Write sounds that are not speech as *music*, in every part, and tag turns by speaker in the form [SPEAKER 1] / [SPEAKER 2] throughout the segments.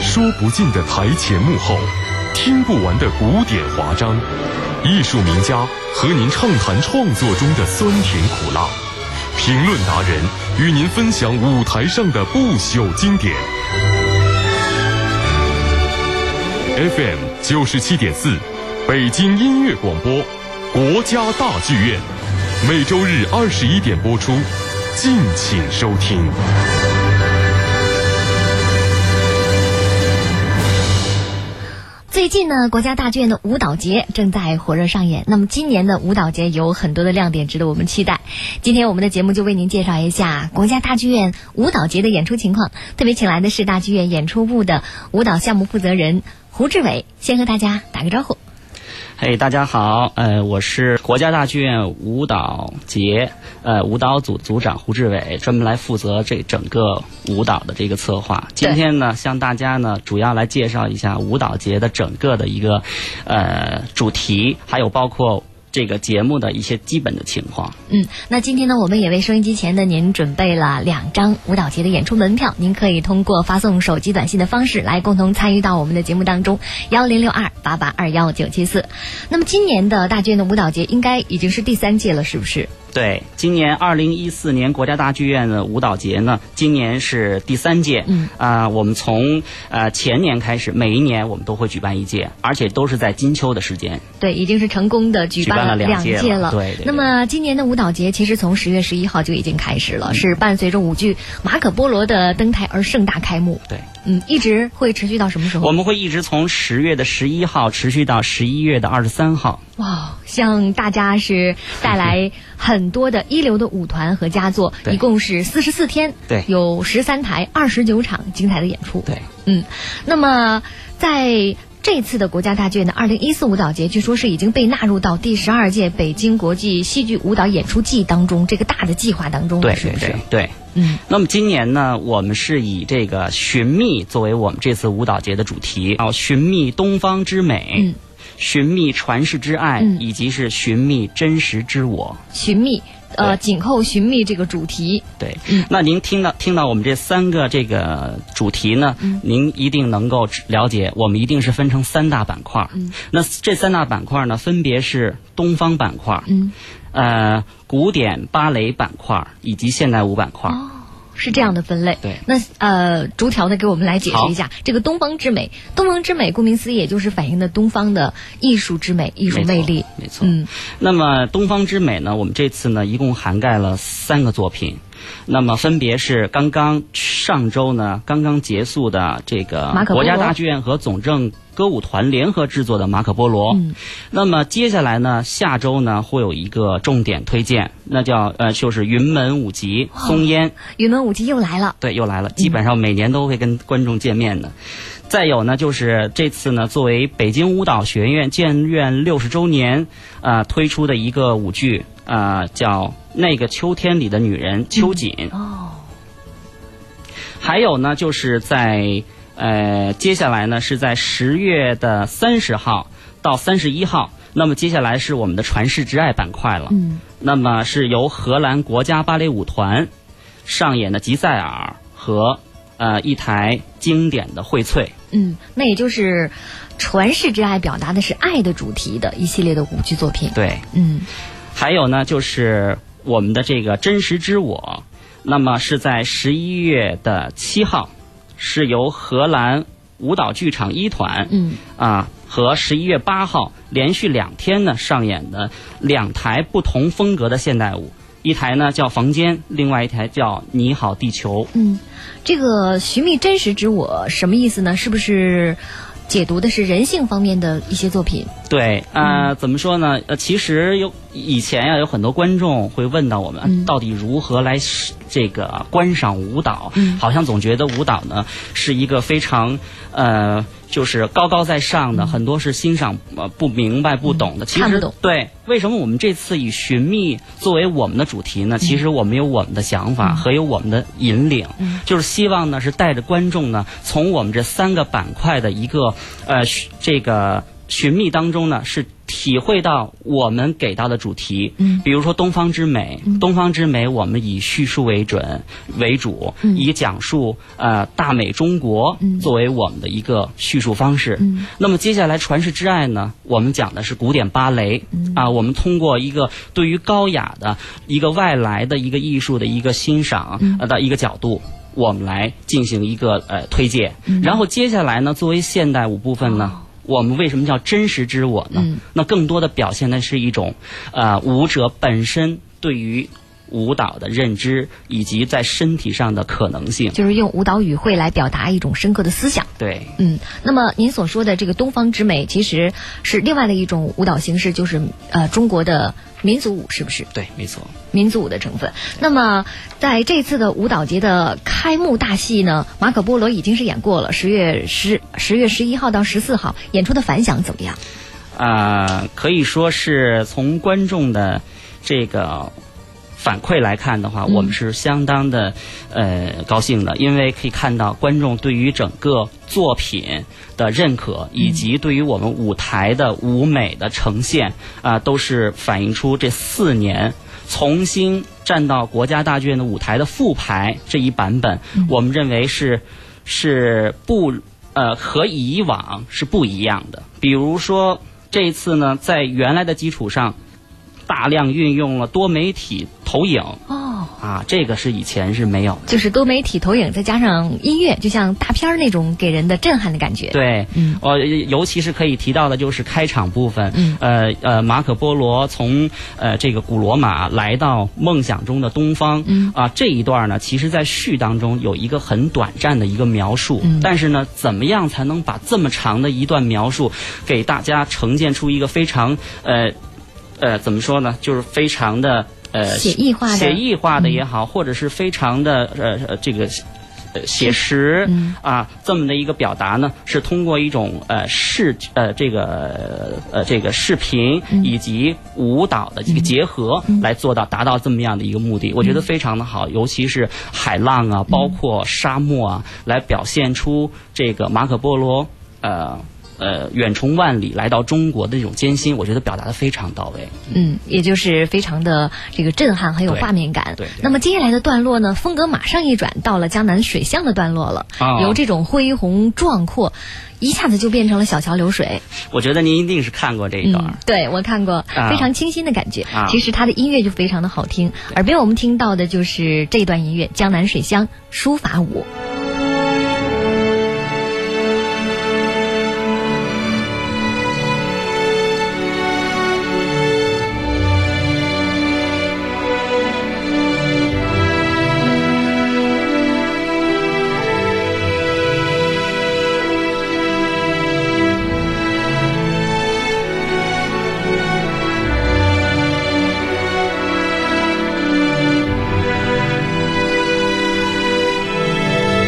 [SPEAKER 1] 说不尽的台前幕后，听不完的古典华章，艺术名家和您畅谈创作中的酸甜苦辣，评论达人与您分享舞台上的不朽经典。FM 九十七点四，北京音乐广播，国家大剧院，每周日二十一点播出，敬请收听。
[SPEAKER 2] 最近呢，国家大剧院的舞蹈节正在火热上演。那么今年的舞蹈节有很多的亮点值得我们期待。今天我们的节目就为您介绍一下国家大剧院舞蹈节的演出情况，特别请来的是大剧院演出部的舞蹈项目负责人胡志伟，先和大家打个招呼。
[SPEAKER 3] 嘿大家好，呃，我是国家大剧院舞蹈节呃舞蹈组组长胡志伟，专门来负责这整个舞蹈的这个策划。今天呢，向大家呢主要来介绍一下舞蹈节的整个的一个呃主题，还有包括这个节目的一些基本的情况。
[SPEAKER 2] 嗯，那今天呢，我们也为收音机前的您准备了两张舞蹈节的演出门票，您可以通过发送手机短信的方式来共同参与到我们的节目当中，幺零六二八八二幺九七四。那么今年的大剧院的舞蹈节应该已经是第三届了，是不是？
[SPEAKER 3] 对，今年二零一四年国家大剧院的舞蹈节呢，今年是第三届。
[SPEAKER 2] 嗯
[SPEAKER 3] 啊、我们从呃前年开始，每一年我们都会举办一届，而且都是在金秋的时间。
[SPEAKER 2] 对，已经是成功的举办
[SPEAKER 3] 办了
[SPEAKER 2] 两
[SPEAKER 3] 两届了
[SPEAKER 2] 届
[SPEAKER 3] 对对对嗯
[SPEAKER 2] 那么今年的舞蹈节其实从十月十一号就已经开始了，是伴随着舞剧《马可波罗》的登台而盛大开幕。
[SPEAKER 3] 对，
[SPEAKER 2] 嗯，一直会持续到什么时候？
[SPEAKER 3] 我们会一直从十月的十一号持续到十一月的二十三号。
[SPEAKER 2] 哇，向大家是带来很多的一流的舞团和佳作，
[SPEAKER 3] 对
[SPEAKER 2] 一共是四十四天，
[SPEAKER 3] 对
[SPEAKER 2] 有十三台、二十九场精彩的演出。
[SPEAKER 3] 对，
[SPEAKER 2] 嗯，那么在这次的国家大剧院的二零一四舞蹈节，据说是已经被纳入到第十二届北京国际戏剧舞蹈演出季当中这个大的计划当中了，
[SPEAKER 3] 对，
[SPEAKER 2] 哦是不是？
[SPEAKER 3] 对对。
[SPEAKER 2] 嗯，
[SPEAKER 3] 那么今年呢，我们是以这个寻觅作为我们这次舞蹈节的主题，要寻觅东方之美，
[SPEAKER 2] 嗯
[SPEAKER 3] 寻觅传世之爱，
[SPEAKER 2] 嗯
[SPEAKER 3] 以及是寻觅真实之我。
[SPEAKER 2] 寻觅，呃，
[SPEAKER 3] 对
[SPEAKER 2] 紧扣寻觅这个主题，
[SPEAKER 3] 对，
[SPEAKER 2] 嗯
[SPEAKER 3] 那您听到听到我们这三个这个主题呢，
[SPEAKER 2] 嗯
[SPEAKER 3] 您一定能够知了解，我们一定是分成三大板块。嗯、那这三大板块呢，分别是东方板块，
[SPEAKER 2] 嗯，
[SPEAKER 3] 呃，古典芭蕾板块以及现代舞板块。
[SPEAKER 2] 哦是这样的分类。
[SPEAKER 3] 对
[SPEAKER 2] 那呃，逐条的给我们来解释一下这个东方之美。东方之美，顾名思义，也就是反映的东方的艺术之美、艺术魅力。
[SPEAKER 3] 没错。
[SPEAKER 2] 嗯，
[SPEAKER 3] 那么东方之美呢，我们这次呢一共涵盖了三个作品，那么分别是刚刚上周呢刚刚结束的这个
[SPEAKER 2] 马可波罗
[SPEAKER 3] 国家大剧院和总政歌舞团联合制作的《马可波罗》。
[SPEAKER 2] 嗯
[SPEAKER 3] 那么接下来呢，下周呢会有一个重点推荐，那叫呃就是云门舞集松烟。
[SPEAKER 2] 云门舞集又来了。
[SPEAKER 3] 对，又来了，基本上每年都会跟观众见面的。再有呢，就是这次呢，作为北京舞蹈学院建院六十周年，呃，推出的一个舞剧，呃，叫《那个秋天里的女人》秋瑾。
[SPEAKER 2] 哦，
[SPEAKER 3] 还有呢，就是在呃，接下来呢是在十月的三十号到三十一号。那么接下来是我们的传世之爱板块了。
[SPEAKER 2] 嗯，
[SPEAKER 3] 那么是由荷兰国家芭蕾舞团上演的《吉赛尔》和呃一台经典的荟萃。
[SPEAKER 2] 嗯，那也就是传世之爱表达的是爱的主题的一系列的舞剧作品。
[SPEAKER 3] 对，
[SPEAKER 2] 嗯，
[SPEAKER 3] 还有呢，就是我们的这个真实之我，那么是在十一月的七号，是由荷兰舞蹈剧场一团，
[SPEAKER 2] 嗯，
[SPEAKER 3] 啊和十一月八号连续两天呢上演的两台不同风格的现代舞，一台呢叫《房间》，另外一台叫《你好，地球》。
[SPEAKER 2] 这个寻觅真实之我什么意思呢？是不是解读的是人性方面的一些作品？
[SPEAKER 3] 对，
[SPEAKER 2] 嗯
[SPEAKER 3] 呃，怎么说呢？呃，其实有以前呀、有很多观众会问到我们，
[SPEAKER 2] 嗯
[SPEAKER 3] 到底如何来是这个观赏舞蹈？
[SPEAKER 2] 嗯
[SPEAKER 3] 好像总觉得舞蹈呢是一个非常呃，就是高高在上的，很多是欣赏呃不明白、不懂的。
[SPEAKER 2] 嗯
[SPEAKER 3] 其
[SPEAKER 2] 看不
[SPEAKER 3] 实
[SPEAKER 2] 懂
[SPEAKER 3] 对，为什么我们这次以寻觅作为我们的主题呢？其实我们有我们的想法和有我们的引领，就是希望呢是带着观众呢，从我们这三个板块的一个呃寻这个寻觅当中呢，是体会到我们给到的主题，
[SPEAKER 2] 嗯
[SPEAKER 3] 比如说东方之美，东方之美，我们以叙述为准为主，以讲述呃大美中国作为我们的一个叙述方
[SPEAKER 2] 嗯
[SPEAKER 3] 式。那么接下来传世之爱呢，我们讲的是古典芭蕾、啊，我们通过一个对于高雅的一个外来的一个艺术的一个欣赏、呃的一个角度。我们来进行一个呃推介，然后接下来呢，作为现代舞部分呢，我们为什么叫真实之我呢？那更多的表现的是一种，呃，舞者本身对于舞蹈的认知以及在身体上的可能性。
[SPEAKER 2] 就是用舞蹈语汇来表达一种深刻的思想。
[SPEAKER 3] 对，
[SPEAKER 2] 嗯，那么您所说的这个东方之美，其实是另外的一种舞蹈形式，就是呃中国的民族舞，是不是？
[SPEAKER 3] 对，没错。
[SPEAKER 2] 民族舞的成分。那么在这次的舞蹈节的开幕大戏呢，马可波罗已经是演过了，十月十十月十一号到十四号演出的反响怎么样？
[SPEAKER 3] 啊、可以说是从观众的这个反馈来看的话，我们是相当的呃高兴的，因为可以看到观众对于整个作品的认可，以及对于我们舞台的舞美的呈现啊、都是反映出这四年重新站到国家大剧院的舞台的复排这一版本，我们认为是是不呃和以往是不一样的。比如说这一次呢，在原来的基础上，大量运用了多媒体投影
[SPEAKER 2] 哦，
[SPEAKER 3] 啊，这个是以前是没有的。
[SPEAKER 2] 就是多媒体投影再加上音乐，就像大片儿那种给人的震撼的感觉。
[SPEAKER 3] 对，
[SPEAKER 2] 嗯
[SPEAKER 3] 呃，尤其是可以提到的就是开场部分，
[SPEAKER 2] 嗯
[SPEAKER 3] 呃呃，马可波罗从呃这个古罗马来到梦想中的东方，
[SPEAKER 2] 嗯
[SPEAKER 3] 啊、这一段呢，其实在序当中有一个很短暂的一个描述，
[SPEAKER 2] 嗯
[SPEAKER 3] 但是呢，怎么样才能把这么长的一段描述给大家呈现出一个非常呃呃怎么说呢，就是非常的呃
[SPEAKER 2] 写意化的嗯
[SPEAKER 3] 写意化的也好，或者是非常的呃呃这个。呃写实、
[SPEAKER 2] 嗯
[SPEAKER 3] 啊，这么的一个表达呢，是通过一种呃视呃这个呃这个视频
[SPEAKER 2] 嗯
[SPEAKER 3] 以及舞蹈的一个结合，来做到达到这么样的一个目的，我觉
[SPEAKER 2] 嗯
[SPEAKER 3] 得非常的好，尤其是海浪啊，包括沙漠啊，来表现出这个马可波罗呃呃远从万里来到中国的这种艰辛，我觉得表达的非常到位。
[SPEAKER 2] 嗯，也就是非常的这个震撼，很有
[SPEAKER 3] 对
[SPEAKER 2] 画面感。
[SPEAKER 3] 对对
[SPEAKER 2] 那么接下来的段落呢，风格马上一转，到了江南水乡的段落了，
[SPEAKER 3] 哦
[SPEAKER 2] 由这种恢宏壮阔，一下子就变成了小桥流水。
[SPEAKER 3] 我觉得您一定是看过这一段儿。
[SPEAKER 2] 嗯，对我看过，
[SPEAKER 3] 啊
[SPEAKER 2] 非常清新的感觉。
[SPEAKER 3] 啊
[SPEAKER 2] 其实它的音乐就非常的好听，耳边我们听到的就是这段音乐《江南水乡书法舞》。
[SPEAKER 4] 天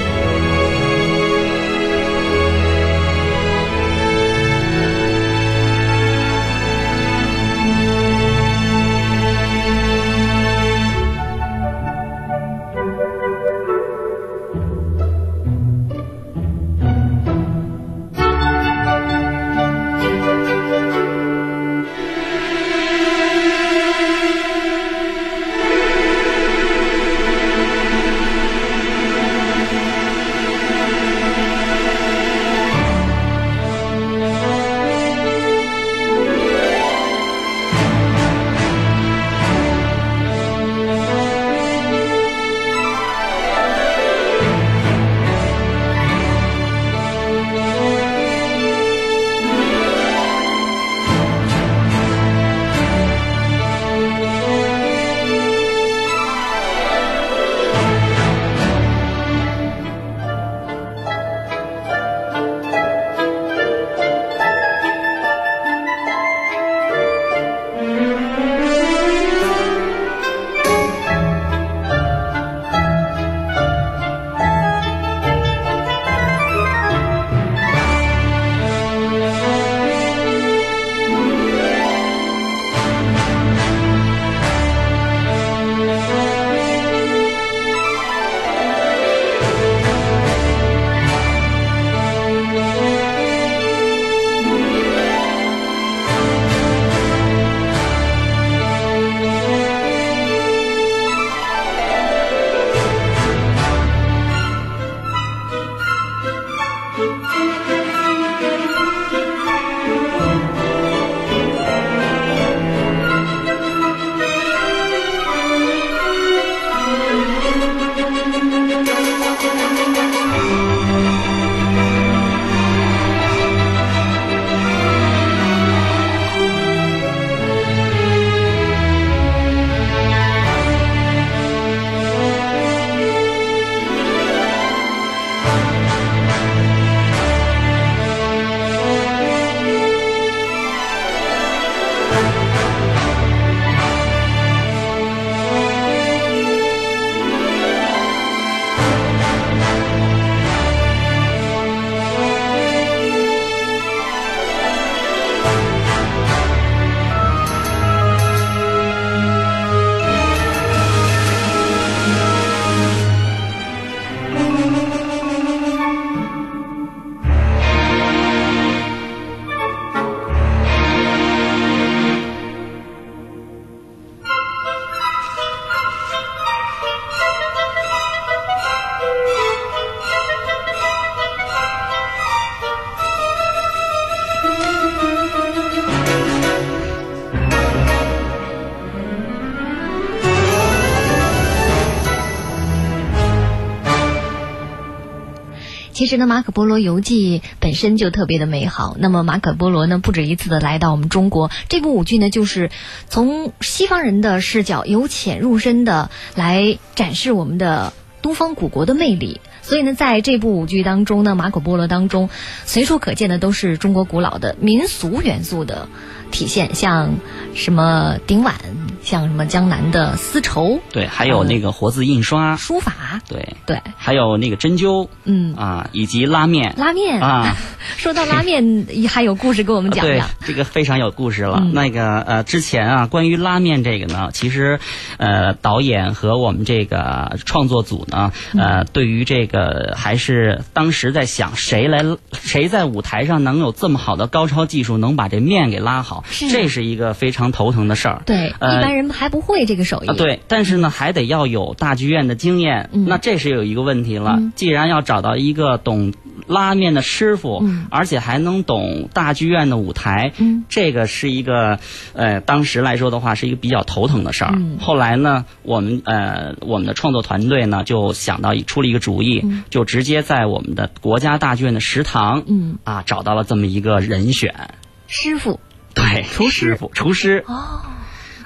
[SPEAKER 2] 其实呢，《马可波罗游记》本身就特别的美好。那么马可波罗呢，不止一次的来到我们中国。这部舞剧呢，就是从西方人的视角，由浅入深的来展示我们的东方古国的魅力。所以呢，在这部舞剧当中呢，《马可波罗》当中，随处可见的都是中国古老的民俗元素的体现，像什么鼎碗，像什么江南的丝绸、
[SPEAKER 3] 对，还有
[SPEAKER 2] 嗯
[SPEAKER 3] 那个活字印刷，
[SPEAKER 2] 书法，
[SPEAKER 3] 对，
[SPEAKER 2] 对，
[SPEAKER 3] 还有那个针灸
[SPEAKER 2] 嗯，
[SPEAKER 3] 啊，以及拉面
[SPEAKER 2] 拉面。
[SPEAKER 3] 啊，
[SPEAKER 2] 说到拉面，还有故事给我们讲
[SPEAKER 3] 对
[SPEAKER 2] 讲。，
[SPEAKER 3] 这个非常有故事了。
[SPEAKER 2] 嗯
[SPEAKER 3] 那个呃，之前啊，关于拉面这个呢，其实呃，导演和我们这个创作组呢，呃，
[SPEAKER 2] 嗯
[SPEAKER 3] 对于这个还是当时在想谁来谁在舞台上能有这么好的高超技术，能把这面给拉好，
[SPEAKER 2] 是啊
[SPEAKER 3] 这是一个非常头疼的事儿。
[SPEAKER 2] 对，
[SPEAKER 3] 呃
[SPEAKER 2] 一般人还不会这个手艺。
[SPEAKER 3] 啊，，对，但是呢，还得要有大剧院的经验。
[SPEAKER 2] 嗯
[SPEAKER 3] 那这是有一个问题了，
[SPEAKER 2] 嗯
[SPEAKER 3] 既然要找到一个懂拉面的师傅，
[SPEAKER 2] 嗯
[SPEAKER 3] 而且还能懂大剧院的舞台，
[SPEAKER 2] 嗯
[SPEAKER 3] 这个是一个呃，当时来说的话是一个比较头疼的事儿。
[SPEAKER 2] 嗯
[SPEAKER 3] 后来呢，我们呃，我们的创作团队呢就想到出了一个主意，就直接在我们的国家大剧院的食堂，
[SPEAKER 2] 嗯，
[SPEAKER 3] 啊，找到了这么一个人选，
[SPEAKER 2] 师傅
[SPEAKER 3] 对，
[SPEAKER 2] 厨师
[SPEAKER 3] 师傅， *laughs* 厨师。
[SPEAKER 2] 哦，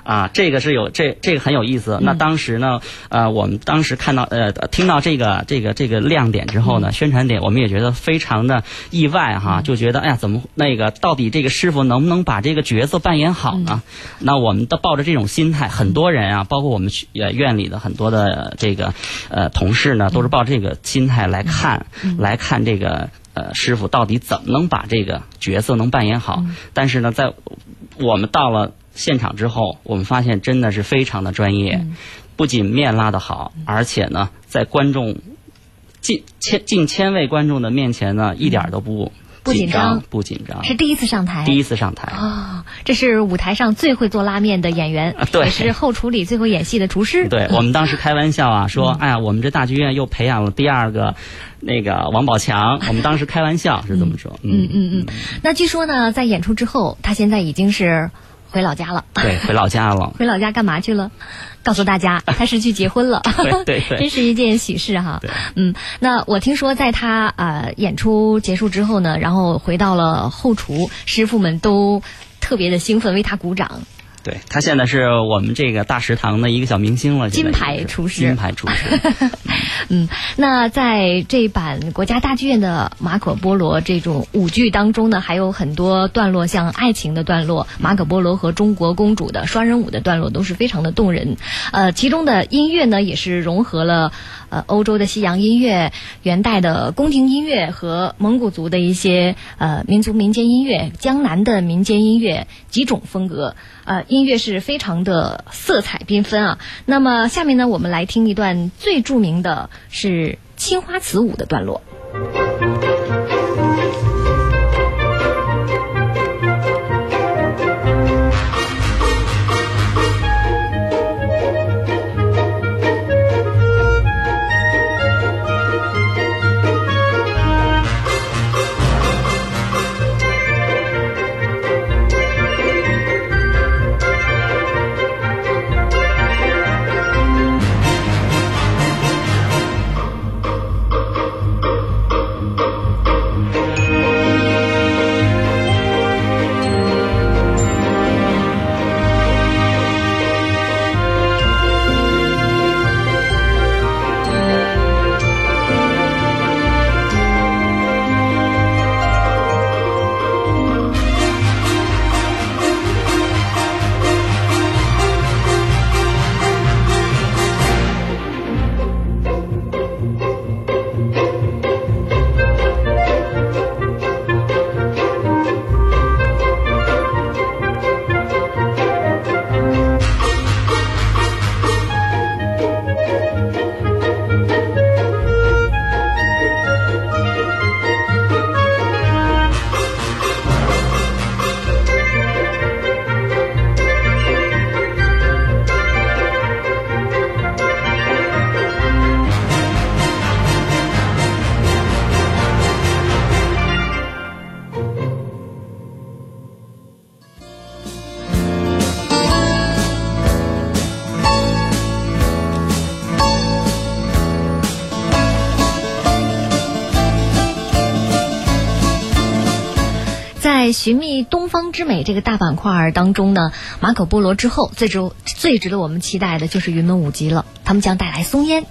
[SPEAKER 3] 啊，这个是有这这个很有意思。那当时呢，呃，我们当时看到呃听到这个这个这个亮点之后呢，宣传点我们也觉得非常的意外哈，就觉得哎呀，怎么那个到底这个师傅能不能把这个角色扮演好呢？那我们都抱着这种心态，很多人啊，包括我们学呃院里的很多的呃这个呃同事呢，都是抱这个心态来看、来看这个。呃，师傅到底怎么能把这个角色能扮演好？但是呢，在我们到了现场之后，我们发现真的是非常的专业，
[SPEAKER 2] 嗯
[SPEAKER 3] 不仅面拉得好，而且呢，在观众近千近千位观众的面前呢，一点儿都不
[SPEAKER 2] 嗯不紧张
[SPEAKER 3] 张，不紧张，
[SPEAKER 2] 是第一次上台。
[SPEAKER 3] 啊第一次上台。
[SPEAKER 2] 哦，这是舞台上最会做拉面的演员，
[SPEAKER 3] 啊对
[SPEAKER 2] 也是后厨里最会演戏的厨师。 *laughs*
[SPEAKER 3] 对我们当时开玩笑啊，
[SPEAKER 2] 嗯
[SPEAKER 3] 说，哎呀，我们这大剧院又培养了第二个，那个王
[SPEAKER 2] *laughs*
[SPEAKER 3] 宝强。我们当时开玩笑是这么说，嗯嗯，
[SPEAKER 2] 嗯嗯，那据说呢，在演出之后，他现在已经是回老家了。。
[SPEAKER 3] 对，回老家了
[SPEAKER 2] *laughs* 回老家干嘛去了？告诉大家，他是去结婚了。
[SPEAKER 3] 对对对
[SPEAKER 2] 真是一件喜事哈
[SPEAKER 3] 对。
[SPEAKER 2] 嗯，那我听说在他呃演出结束之后呢，然后回到了后厨，师傅们都特别的兴奋，为他鼓掌。
[SPEAKER 3] 对他现在是我们这个大食堂的一个小明星了，现在
[SPEAKER 2] 金牌
[SPEAKER 3] 已经是
[SPEAKER 2] 厨师
[SPEAKER 3] 金牌厨师。
[SPEAKER 2] 那在这版国家大剧院的《马可波罗》这种舞剧当中呢，还有很多段落，像爱情的段落、马可波罗和中国公主的双人舞的段落，都是非常的动人。呃，其中的音乐呢，也是融合了呃欧洲的西洋音乐、元代的宫廷音乐和蒙古族的一些呃民族民间音乐、江南的民间音乐几种风格。呃，音乐是非常的色彩缤纷啊。那么下面呢，我们来听一段最著名的是青花瓷舞的段落。
[SPEAKER 4] Thank
[SPEAKER 2] 在寻觅东方之美这个大板块当中呢，马可波罗之后，最值最值得我们期待的就是云门舞集了，他们将带来松烟。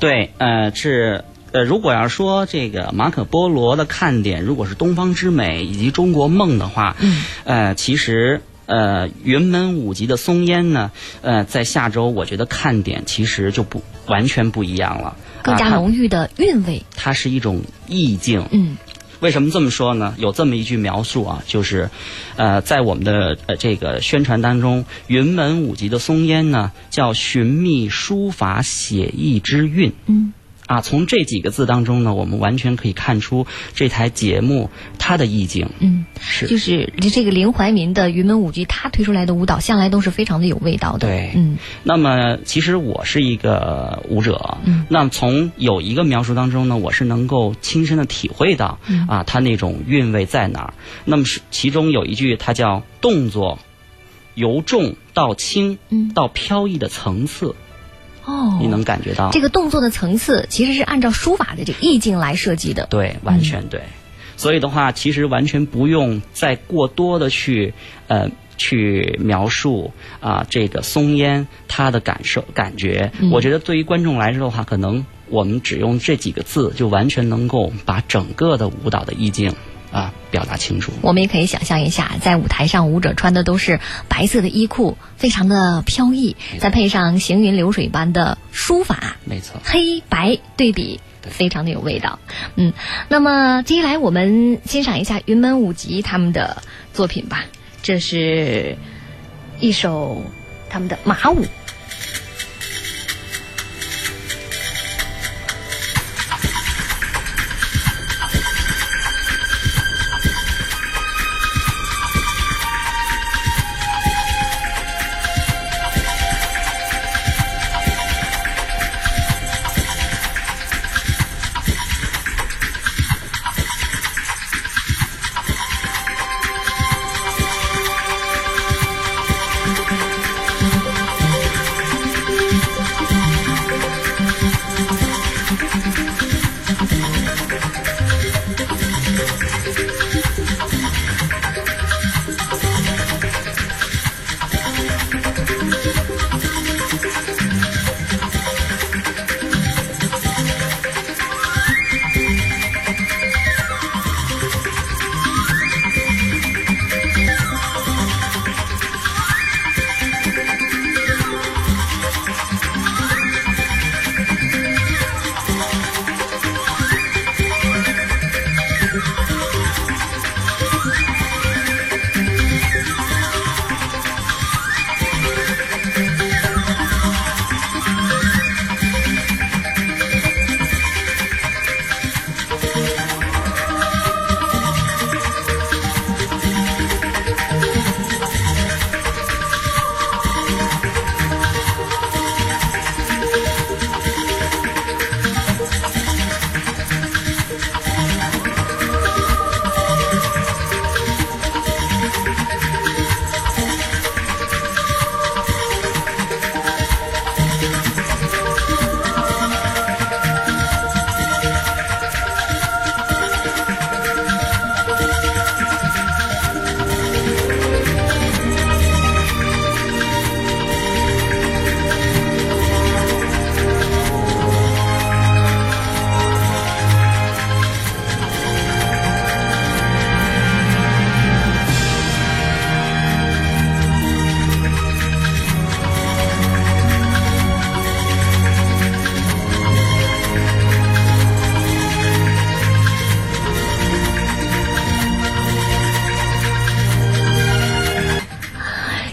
[SPEAKER 3] 对，呃，是呃，如果要说这个马可波罗的看点，如果是东方之美以及中国梦的话，
[SPEAKER 2] 嗯，
[SPEAKER 3] 呃，其实。呃，云门舞集的松烟呢，呃，在下周我觉得看点其实就不完全不一样了，
[SPEAKER 2] 更加
[SPEAKER 3] 啊它
[SPEAKER 2] 浓郁的韵味。
[SPEAKER 3] 它是一种意境。
[SPEAKER 2] 嗯，
[SPEAKER 3] 为什么这么说呢？有这么一句描述啊，就是，呃，在我们的呃这个宣传当中，云门舞集的松烟呢，叫寻觅书法写意之韵。
[SPEAKER 2] 嗯，
[SPEAKER 3] 啊，从这几个字当中呢，我们完全可以看出这台节目它的意境。
[SPEAKER 2] 嗯，
[SPEAKER 3] 是
[SPEAKER 2] 就是这个林怀民的云门舞集，他推出来的舞蹈向来都是非常的有味道的。
[SPEAKER 3] 对
[SPEAKER 2] 嗯
[SPEAKER 3] 那么，其实我是一个舞者，
[SPEAKER 2] 嗯
[SPEAKER 3] 那么从有一个描述当中呢，我是能够亲身的体会到、
[SPEAKER 2] 嗯
[SPEAKER 3] 啊，它那种韵味在哪儿。那么是其中有一句，它叫动作由重到轻
[SPEAKER 2] 嗯，
[SPEAKER 3] 到飘逸的层次，
[SPEAKER 2] 哦，
[SPEAKER 3] 你能感觉到？
[SPEAKER 2] 这个动作的层次其实是按照书法的这个意境来设计的。
[SPEAKER 3] 对，完全对。所以的话，其实完全不用再过多的去呃去描述啊、这个松烟它的感受感觉。
[SPEAKER 2] 嗯
[SPEAKER 3] 我觉得对于观众来说的话，可能我们只用这几个字就完全能够把整个的舞蹈的意境啊表达清楚。
[SPEAKER 2] 我们也可以想象一下，在舞台上，舞者穿的都是白色的衣裤，非常的飘逸，再配上行云流水般的书法，
[SPEAKER 3] 没错，
[SPEAKER 2] 黑白对比。
[SPEAKER 3] 对
[SPEAKER 2] 非常的有味道，嗯，那么接下来我们欣赏一下云门舞集他们的作品吧。这是一首他们的马舞，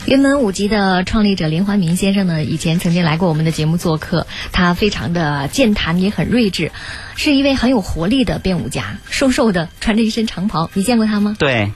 [SPEAKER 2] 云门舞集的创立者林怀民先生呢，以前曾经来过我们的节目做客，他非常的健谈，也很睿智，是一位很有活力的编舞家，瘦瘦的，穿着一身长袍，你见过他吗？嗯
[SPEAKER 3] 对，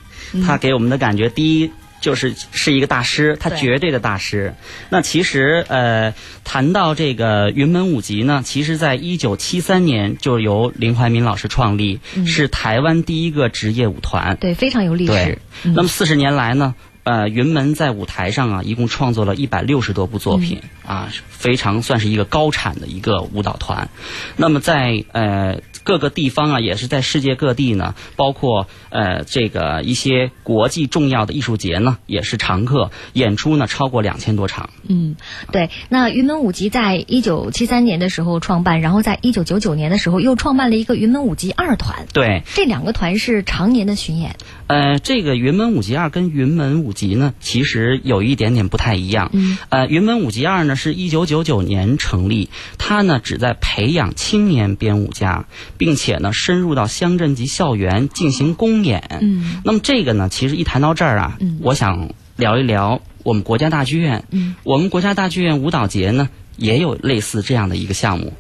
[SPEAKER 3] 他给我们的感觉，第一就是是一个大师，他
[SPEAKER 2] 对
[SPEAKER 3] 绝对的大师。那其实呃，谈到这个云门舞集呢，其实在一九七三年就由林怀民老师创立，是台湾第一个职业舞团。
[SPEAKER 2] 对，非常有历
[SPEAKER 3] 对
[SPEAKER 2] 史。，嗯
[SPEAKER 3] 那么四十年来呢？呃，云门在舞台上啊，一共创作了一百六十多部作品、
[SPEAKER 2] 嗯
[SPEAKER 3] 啊，非常算是一个高产的一个舞蹈团。那么在呃各个地方啊，也是在世界各地呢，包括呃这个一些国际重要的艺术节呢，也是常客，演出呢超过两千多场。
[SPEAKER 2] 嗯，对。那云门舞集在一九七三年的时候创办，然后在一九九九年的时候又创办了一个云门舞集二团。
[SPEAKER 3] 对，
[SPEAKER 2] 这两个团是常年的巡演。
[SPEAKER 3] 呃，这个云门舞集二跟云门舞集呢，其实有一点点不太一样。
[SPEAKER 2] 嗯，
[SPEAKER 3] 呃，云门舞集二呢是一九九九年成立，它呢旨在培养青年编舞家，并且呢深入到乡镇及校园进行公演。
[SPEAKER 2] 嗯，
[SPEAKER 3] 那么这个呢，其实一谈到这儿啊，
[SPEAKER 2] 嗯
[SPEAKER 3] 我想聊一聊我们国家大剧院。
[SPEAKER 2] 嗯，
[SPEAKER 3] 我们国家大剧院舞蹈节呢，也有类似这样的一个项目。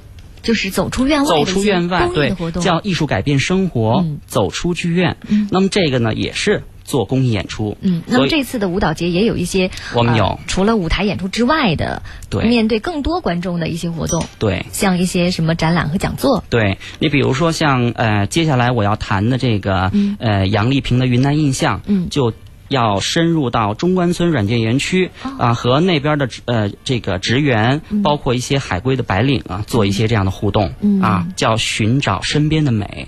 [SPEAKER 2] 就是走出院外的一
[SPEAKER 3] 走
[SPEAKER 2] 些
[SPEAKER 3] 出院外，
[SPEAKER 2] 公益
[SPEAKER 3] 对
[SPEAKER 2] 的活，动
[SPEAKER 3] 叫艺术改变生活，
[SPEAKER 2] 嗯
[SPEAKER 3] 走出剧院。
[SPEAKER 2] 嗯
[SPEAKER 3] 那么这个呢，也是做公益演出。
[SPEAKER 2] 嗯，那
[SPEAKER 3] 所
[SPEAKER 2] 么
[SPEAKER 3] 以
[SPEAKER 2] 这次的舞蹈节也有一些，
[SPEAKER 3] 我们有
[SPEAKER 2] 呃除了舞台演出之外的，
[SPEAKER 3] 对
[SPEAKER 2] 面对更多观众的一些活动，
[SPEAKER 3] 对
[SPEAKER 2] 像一些什么展览和讲座，
[SPEAKER 3] 对，你比如说像呃，接下来我要谈的这个、
[SPEAKER 2] 嗯
[SPEAKER 3] 呃杨丽萍的云南印象，
[SPEAKER 2] 嗯
[SPEAKER 3] 就。要深入到中关村软件园区
[SPEAKER 2] 哦
[SPEAKER 3] 啊、和那边的职呃这个职员，包括一些海归的白领啊，做一些这样的互动、
[SPEAKER 2] 嗯哦
[SPEAKER 3] 啊，叫寻找身边的美。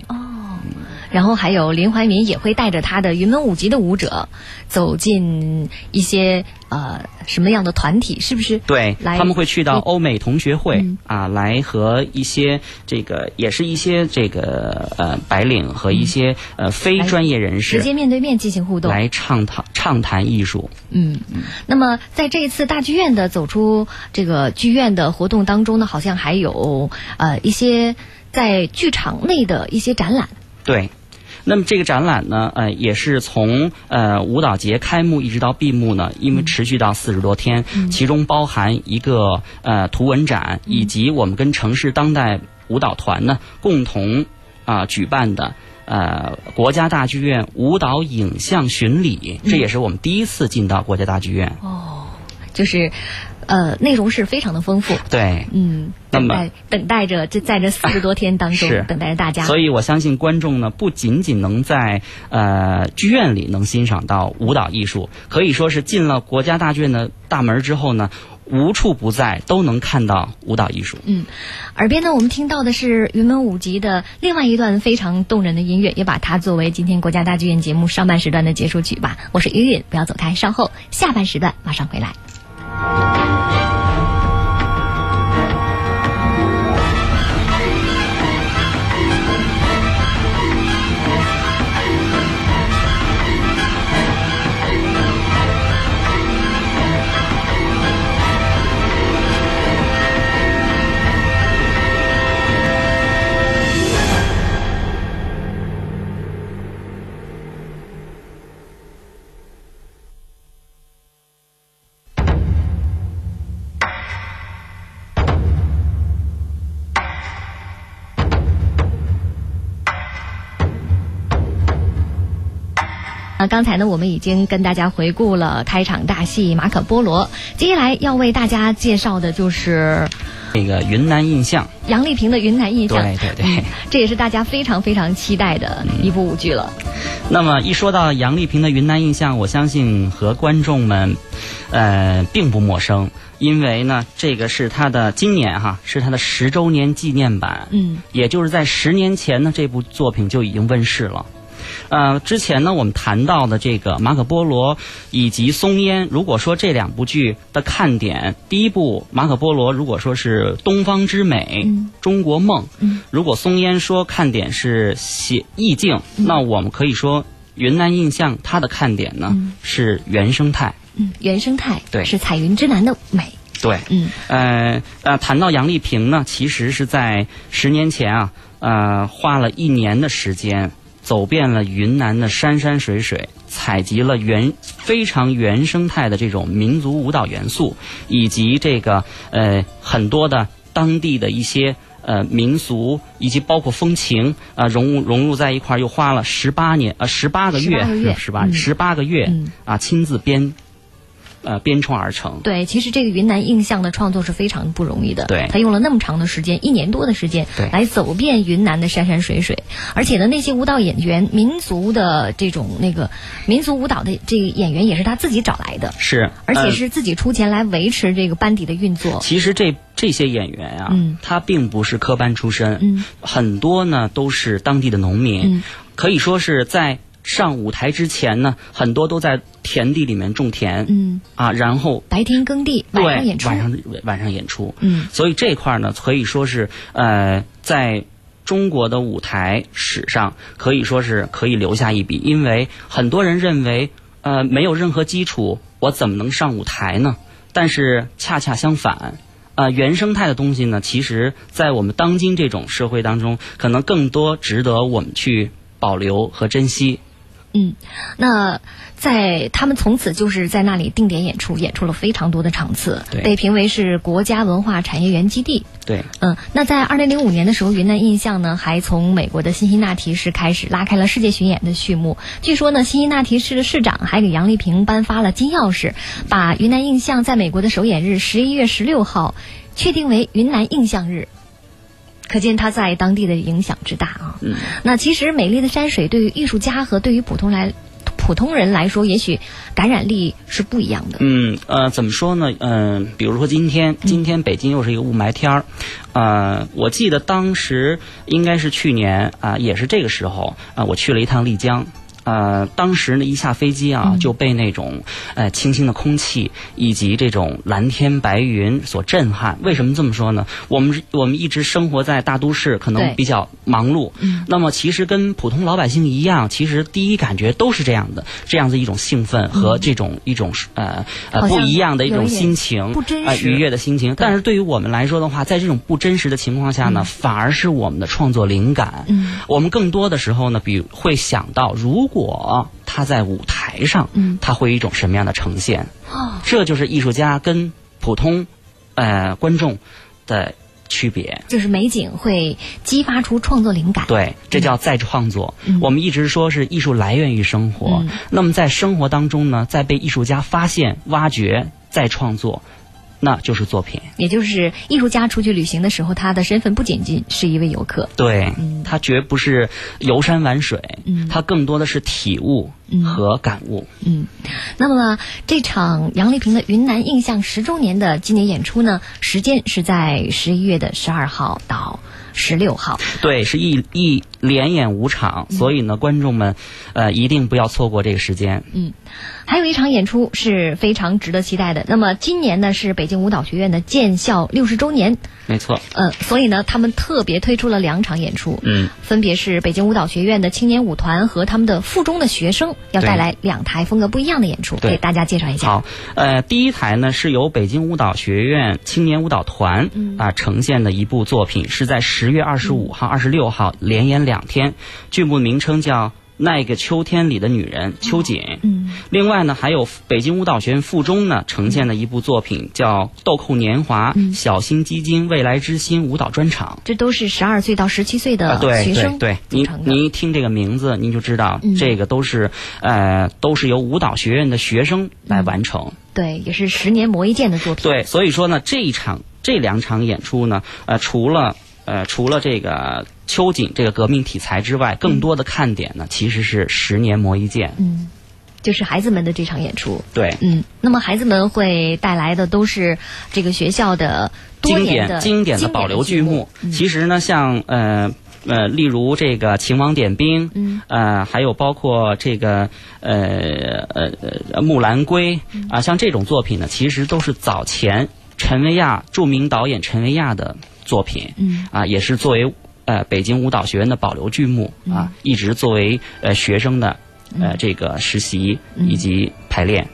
[SPEAKER 2] 然后还有林怀民也会带着他的云门舞集的舞者，走进一些呃什么样的团体，是不是？
[SPEAKER 3] 对，
[SPEAKER 2] 来
[SPEAKER 3] 他们会去到欧美同学会、
[SPEAKER 2] 嗯
[SPEAKER 3] 啊，来和一些这个也是一些这个呃白领和一些、呃非
[SPEAKER 2] 嗯来
[SPEAKER 3] 专业人
[SPEAKER 2] 直
[SPEAKER 3] 士
[SPEAKER 2] 接面对面进行互动。
[SPEAKER 3] 来畅谈畅谈艺术。
[SPEAKER 2] 嗯，那么在这一次大剧院的走出这个剧院的活动当中呢，好像还有呃一些在剧场内的一些展览。
[SPEAKER 3] 对。那么这个展览呢，呃，也是从呃舞蹈节开幕一直到闭幕呢，因为持续到四十多天，其中包含一个呃图文展，以及我们跟城市当代舞蹈团呢共同啊、举办的呃国家大剧院舞蹈影像巡礼，这也是我们第一次进到国家大剧院。
[SPEAKER 2] 就是，呃，内容是非常的丰富。
[SPEAKER 3] 对，
[SPEAKER 2] 嗯，
[SPEAKER 3] 那
[SPEAKER 2] 等
[SPEAKER 3] 么
[SPEAKER 2] 待等待着，这在这四十多天当中
[SPEAKER 3] 是，
[SPEAKER 2] 等待着大家。
[SPEAKER 3] 所以我相信观众呢，不仅仅能在呃剧院里能欣赏到舞蹈艺术，可以说是进了国家大剧院的大门之后呢，无处不在都能看到舞蹈艺术。
[SPEAKER 2] 嗯耳边呢，我们听到的是云门舞集的另外一段非常动人的音乐，也把它作为今天国家大剧院节目上半时段的结束曲吧。我是云云，不要走开，稍后下半时段马上回来。啊，刚才呢，我们已经跟大家回顾了开场大戏《马可波罗》，接下来要为大家介绍的就是
[SPEAKER 3] 那个云南印象，
[SPEAKER 2] 杨丽萍的《云南印象》，嗯
[SPEAKER 3] 对对对。
[SPEAKER 2] 这也是大家非常非常期待的一部舞剧了。
[SPEAKER 3] 那么一说到杨丽萍的云南印象，我相信和观众们，呃，并不陌生，因为呢，这个是她的今年哈是她的十周年纪念版，
[SPEAKER 2] 嗯，
[SPEAKER 3] 也就是在十年前呢，这部作品就已经问世了。呃，之前呢，我们谈到的这个《马可波罗》以及《松烟》，如果说这两部剧的看点，第一部《马可波罗》如果说是东方之美、
[SPEAKER 2] 嗯
[SPEAKER 3] 中国梦，
[SPEAKER 2] 嗯
[SPEAKER 3] 如果松烟说看点是写意境，
[SPEAKER 2] 嗯
[SPEAKER 3] 那我们可以说云南印象它的看点呢、
[SPEAKER 2] 嗯
[SPEAKER 3] 是原生态。
[SPEAKER 2] 嗯，原生态
[SPEAKER 3] 对
[SPEAKER 2] 是彩云之南的美。
[SPEAKER 3] 对，
[SPEAKER 2] 嗯
[SPEAKER 3] 呃呃，谈到杨丽萍呢，其实是在十年前啊，呃，花了一年的时间，走遍了云南的山山水水，采集了原非常原生态的这种民族舞蹈元素，以及这个呃很多的当地的一些。呃，民俗以及包括风情，呃，融入融入在一块儿，又花了十八年，呃，十八个月
[SPEAKER 2] 18个月，
[SPEAKER 3] 十八十八个月、
[SPEAKER 2] 嗯
[SPEAKER 3] 啊，亲自编呃编创而成。
[SPEAKER 2] 对，其实这个云南印象的创作是非常不容易的。
[SPEAKER 3] 对
[SPEAKER 2] 他用了那么长的时间，一年多的时间，
[SPEAKER 3] 对
[SPEAKER 2] 来走遍云南的山山水水。而且呢，那些舞蹈演员，民族的这种那个民族舞蹈的这个演员也是他自己找来的，
[SPEAKER 3] 是，
[SPEAKER 2] 而且
[SPEAKER 3] 呃
[SPEAKER 2] 是自己出钱来维持这个班底的运作。
[SPEAKER 3] 其实这这些演员啊，
[SPEAKER 2] 嗯
[SPEAKER 3] 他并不是科班出身，
[SPEAKER 2] 嗯
[SPEAKER 3] 很多呢都是当地的农民，
[SPEAKER 2] 嗯
[SPEAKER 3] 可以说是在上舞台之前呢，很多都在田地里面种田，
[SPEAKER 2] 嗯，
[SPEAKER 3] 啊，然后
[SPEAKER 2] 白天耕地，
[SPEAKER 3] 对
[SPEAKER 2] 晚上演出。
[SPEAKER 3] 晚上晚上演出，
[SPEAKER 2] 嗯
[SPEAKER 3] 所以这块儿呢，可以说是呃，在中国的舞台史上，可以说是可以留下一笔，因为很多人认为，呃，没有任何基础，我怎么能上舞台呢？但是恰恰相反。呃，原生态的东西呢，其实，在我们当今这种社会当中，可能更多值得我们去保留和珍惜。
[SPEAKER 2] 嗯，那在他们从此就是在那里定点演出，演出了非常多的场次，
[SPEAKER 3] 对
[SPEAKER 2] 被评为是国家文化产业园基地。
[SPEAKER 3] 对，
[SPEAKER 2] 嗯，那在二零零五年的时候，云南印象呢还从美国的辛辛那提市开始拉开了世界巡演的序幕。据说呢，辛辛那提市的市长还给杨丽萍颁发了金钥匙，把云南印象在美国的首演日十一月十六号确定为云南印象日。可见它在当地的影响之大啊！
[SPEAKER 3] 嗯
[SPEAKER 2] 那其实美丽的山水对于艺术家和对于普通来普通人来说，也许感染力是不一样的。
[SPEAKER 3] 嗯，呃，怎么说呢？嗯、比如说今天，今天北京又是一个雾霾天儿，呃，我记得当时应该是去年啊、也是这个时候啊、我去了一趟丽江。呃，当时呢，一下飞机啊，就被那种呃清新的空气以及这种蓝天白云所震撼。为什么这么说呢？我们我们一直生活在大都市，可
[SPEAKER 2] 对
[SPEAKER 3] 能比较忙碌，那么其实跟普通老百姓一样，其实第一感觉都是这样的，这样的一种兴奋和这种、一种呃
[SPEAKER 2] 嗯好像
[SPEAKER 3] 呃不一样的一
[SPEAKER 2] 有
[SPEAKER 3] 种
[SPEAKER 2] 一点
[SPEAKER 3] 心情，
[SPEAKER 2] 不真
[SPEAKER 3] 呃
[SPEAKER 2] 实
[SPEAKER 3] 愉悦的心情。但是对于我们来说的话，在这种不真实的情况下呢，反而是我们的创作灵感。
[SPEAKER 2] 嗯，
[SPEAKER 3] 我们更多的时候呢，比会想到，如果他在舞台上，
[SPEAKER 2] 嗯
[SPEAKER 3] 他会有一种什么样的呈现？
[SPEAKER 2] 哦，
[SPEAKER 3] 这就是艺术家跟普通呃观众的区别。
[SPEAKER 2] 就是美景会激发出创作灵感。
[SPEAKER 3] 对，这叫再创作。
[SPEAKER 2] 嗯
[SPEAKER 3] 我们一直说是艺术来源于生活，
[SPEAKER 2] 嗯
[SPEAKER 3] 那么在生活当中呢，再被艺术家发现、挖掘、再创作，那就是作品。
[SPEAKER 2] 也就是艺术家出去旅行的时候，他的身份不仅仅是一位游客。
[SPEAKER 3] 对，它绝不是游山玩水，
[SPEAKER 2] 嗯
[SPEAKER 3] 它更多的是体悟和感悟。
[SPEAKER 2] 嗯，那么这场杨丽萍的云南印象十周年的纪念演出呢，时间是在十一月的十二号到十六号。
[SPEAKER 3] 对，是一一连演五场，
[SPEAKER 2] 嗯
[SPEAKER 3] 所以呢，观众们，呃，一定不要错过这个时间。
[SPEAKER 2] 还有一场演出是非常值得期待的。那么今年呢是北京舞蹈学院的建校六十周年，
[SPEAKER 3] 没错，
[SPEAKER 2] 呃，所以呢他们特别推出了两场演出，
[SPEAKER 3] 嗯，
[SPEAKER 2] 分别是北京舞蹈学院的青年舞团和他们的附中的学生要带
[SPEAKER 3] 对
[SPEAKER 2] 来两台风格不一样的演出，
[SPEAKER 3] 对
[SPEAKER 2] 给大家介绍一下。
[SPEAKER 3] 好，呃，第一台呢是由北京舞蹈学院青年舞蹈团啊、
[SPEAKER 2] 嗯
[SPEAKER 3] 呈现的一部作品，是在十月二十五号、二十六号连演两天，剧目名称叫《那个秋天里的女人》，秋瑾。
[SPEAKER 2] 嗯
[SPEAKER 3] 另外呢，还有北京舞蹈学院附中呢呈现的一部作品叫《豆蔻年华》，
[SPEAKER 2] 嗯
[SPEAKER 3] 小心基金未来之星舞蹈专场。
[SPEAKER 2] 这都是十二岁到十七岁的
[SPEAKER 3] 啊，对
[SPEAKER 2] 学
[SPEAKER 3] 对
[SPEAKER 2] 生
[SPEAKER 3] 对，
[SPEAKER 2] 组
[SPEAKER 3] 您
[SPEAKER 2] 成的。
[SPEAKER 3] 您一听这个名字，您就知道、
[SPEAKER 2] 嗯
[SPEAKER 3] 这个都是呃都是由舞蹈学院的学生来
[SPEAKER 2] 嗯
[SPEAKER 3] 完成。
[SPEAKER 2] 对，也是十年磨一剑的作品。
[SPEAKER 3] 对，所以说呢，这一场这两场演出呢，呃，除了呃除了这个秋瑾这个革命题材之外，更多的看点呢，其实是十年磨一剑。
[SPEAKER 2] 嗯，就是孩子们的这场演出。
[SPEAKER 3] 对，
[SPEAKER 2] 嗯，那么孩子们会带来的都是这个学校的多
[SPEAKER 3] 经
[SPEAKER 2] 年的嗯
[SPEAKER 3] 典经典的保留剧目。嗯其实呢，像呃呃，例如这个《秦王点兵》，
[SPEAKER 2] 嗯，
[SPEAKER 3] 呃，还有包括这个呃呃呃《木兰归》啊、像这种作品呢，其实都是早前陈维亚著名导演陈维亚的作品，
[SPEAKER 2] 嗯，
[SPEAKER 3] 啊，也是作为呃北京舞蹈学院的保留剧目啊，一直作为呃学生的呃这个实习以及排练。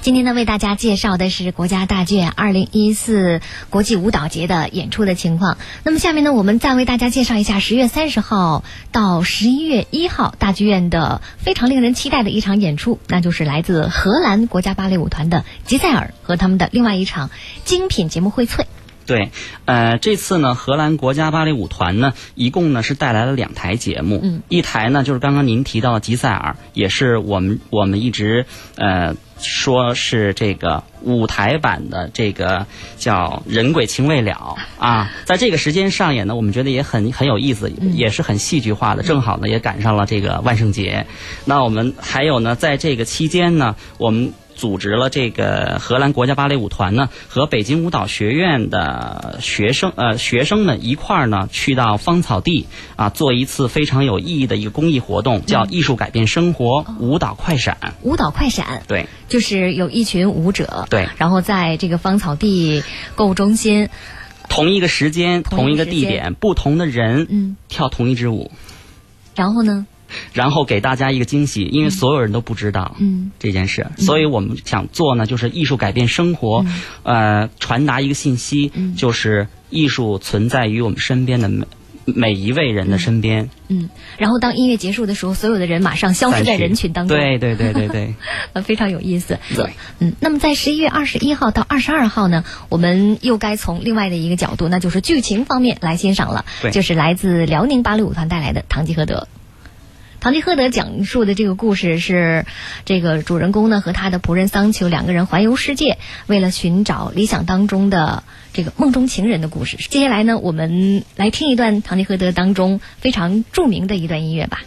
[SPEAKER 2] 今天呢，为大家介绍的是国家大剧院二零一四国际舞蹈节的演出的情况。那么下面呢，我们再为大家介绍一下十月三十号到十一月一号大剧院的非常令人期待的一场演出，那就是来自荷兰国家芭蕾舞团的吉塞尔和他们的另外一场精品节目荟萃。
[SPEAKER 3] 对，呃，这次呢，荷兰国家芭蕾舞团呢，一共呢是带来了两台节目，
[SPEAKER 2] 嗯
[SPEAKER 3] 一台呢就是刚刚您提到的吉赛尔，也是我们我们一直呃说是这个舞台版的这个叫《人鬼情未了》啊，在这个时间上演呢，我们觉得也很很有意思，
[SPEAKER 2] 嗯
[SPEAKER 3] 也是很戏剧化的，正好呢也赶上了这个万圣节，那我们还有呢，在这个期间呢，我们。组织了这个荷兰国家芭蕾舞团呢，和北京舞蹈学院的学生呃学生们一块儿呢，去到芳草地啊，做一次非常有意义的一个公益
[SPEAKER 2] 嗯
[SPEAKER 3] 活动，叫“艺术改变生活，
[SPEAKER 2] 哦
[SPEAKER 3] 舞蹈快闪
[SPEAKER 2] 舞蹈快闪”。
[SPEAKER 3] 对，
[SPEAKER 2] 就是有一群舞者，
[SPEAKER 3] 对
[SPEAKER 2] 然后在这个芳草地购物中心，
[SPEAKER 3] 同一个时间、
[SPEAKER 2] 同
[SPEAKER 3] 同
[SPEAKER 2] 一
[SPEAKER 3] 一
[SPEAKER 2] 个
[SPEAKER 3] 个
[SPEAKER 2] 时间
[SPEAKER 3] 地点，不同的人，
[SPEAKER 2] 嗯，
[SPEAKER 3] 跳同一支舞，
[SPEAKER 2] 然后呢，
[SPEAKER 3] 然后给大家一个惊喜，因为所有人都不知道，
[SPEAKER 2] 嗯，嗯
[SPEAKER 3] 这件事，所以我们想做呢，就是艺术改变生活，呃，传达一个信息，就是艺术存在于我们身边的每每一位人的身边，
[SPEAKER 2] 嗯，然后当音乐结束的时候，所有的人马上消失
[SPEAKER 3] 散
[SPEAKER 2] 在
[SPEAKER 3] 去
[SPEAKER 2] 人群当中，
[SPEAKER 3] 对对对
[SPEAKER 2] *laughs*
[SPEAKER 3] 对对
[SPEAKER 2] 呃，非常有意思。
[SPEAKER 3] 对。
[SPEAKER 2] 嗯，那么在十一月二十一号到二十二号呢，我们又该从另外的一个角度，那就是剧情方面来欣赏了，
[SPEAKER 3] 对
[SPEAKER 2] 就是来自辽宁芭蕾舞团带来的《堂吉诃德》。《堂吉诃德》讲述的这个故事是，这个主人公呢和他的仆人桑丘两个人环游世界，为了寻找理想当中的这个梦中情人的故事。接下来呢，我们来听一段《堂吉诃德》当中非常著名的一段音乐吧。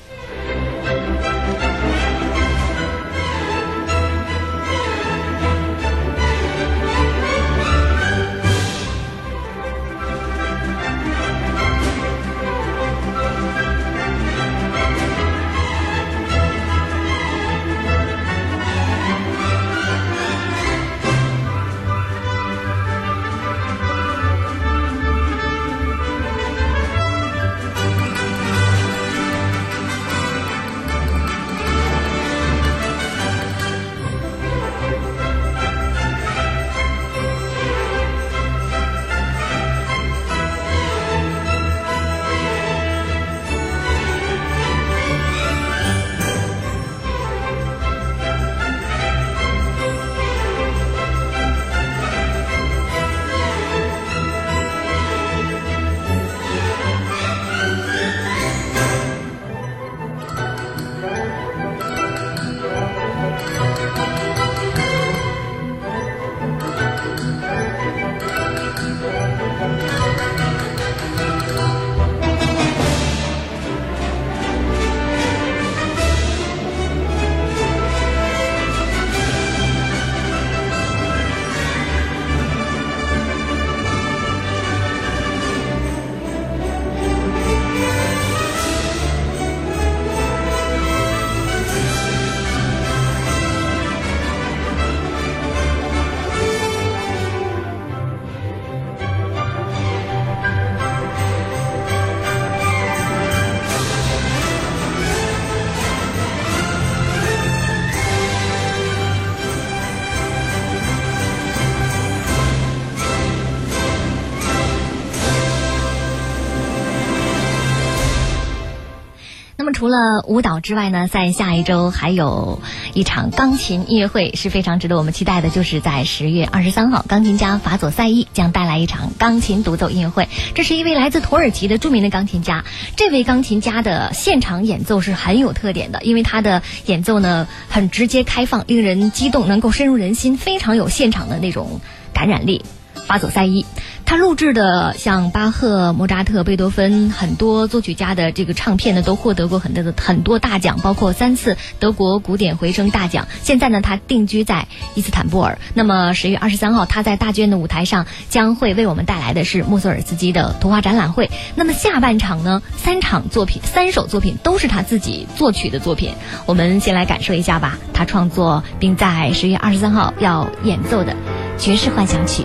[SPEAKER 2] 那么除了舞蹈之外呢，在下一周还有一场钢琴音乐会是非常值得我们期待的，就是在十月二十三号，钢琴家法佐赛伊将带来一场钢琴独奏音乐会。这是一位来自土耳其的著名的钢琴家，这位钢琴家的现场演奏是很有特点的，因为他的演奏呢很直接开放，令人激动，能够深入人心，非常有现场的那种感染力。法佐塞伊，他录制的像巴赫、莫扎特、贝多芬很多作曲家的这个唱片呢，都获得过很多的很多大奖，包括三次德国古典回声大奖。现在呢，他定居在伊斯坦布尔。那么十月二十三号，他在大剧院的舞台上将会为我们带来的是穆索尔斯基的图画展览会。那么下半场呢，三场作品，三首作品都是他自己作曲的作品。我们先来感受一下吧，他创作并在十月二十三号要演奏的《爵士幻想曲》。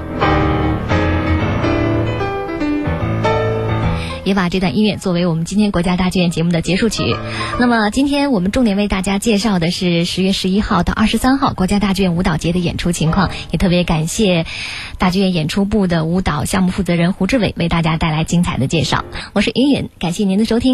[SPEAKER 2] 也把这段音乐作为我们今天国家大剧院节目的结束曲。那么今天我们重点为大家介绍的是十月十一号到二十三号国家大剧院舞蹈节的演出情况，也特别感谢大剧院演出部的舞蹈项目负责人胡志伟为大家带来精彩的介绍。我是云云，感谢您的收听。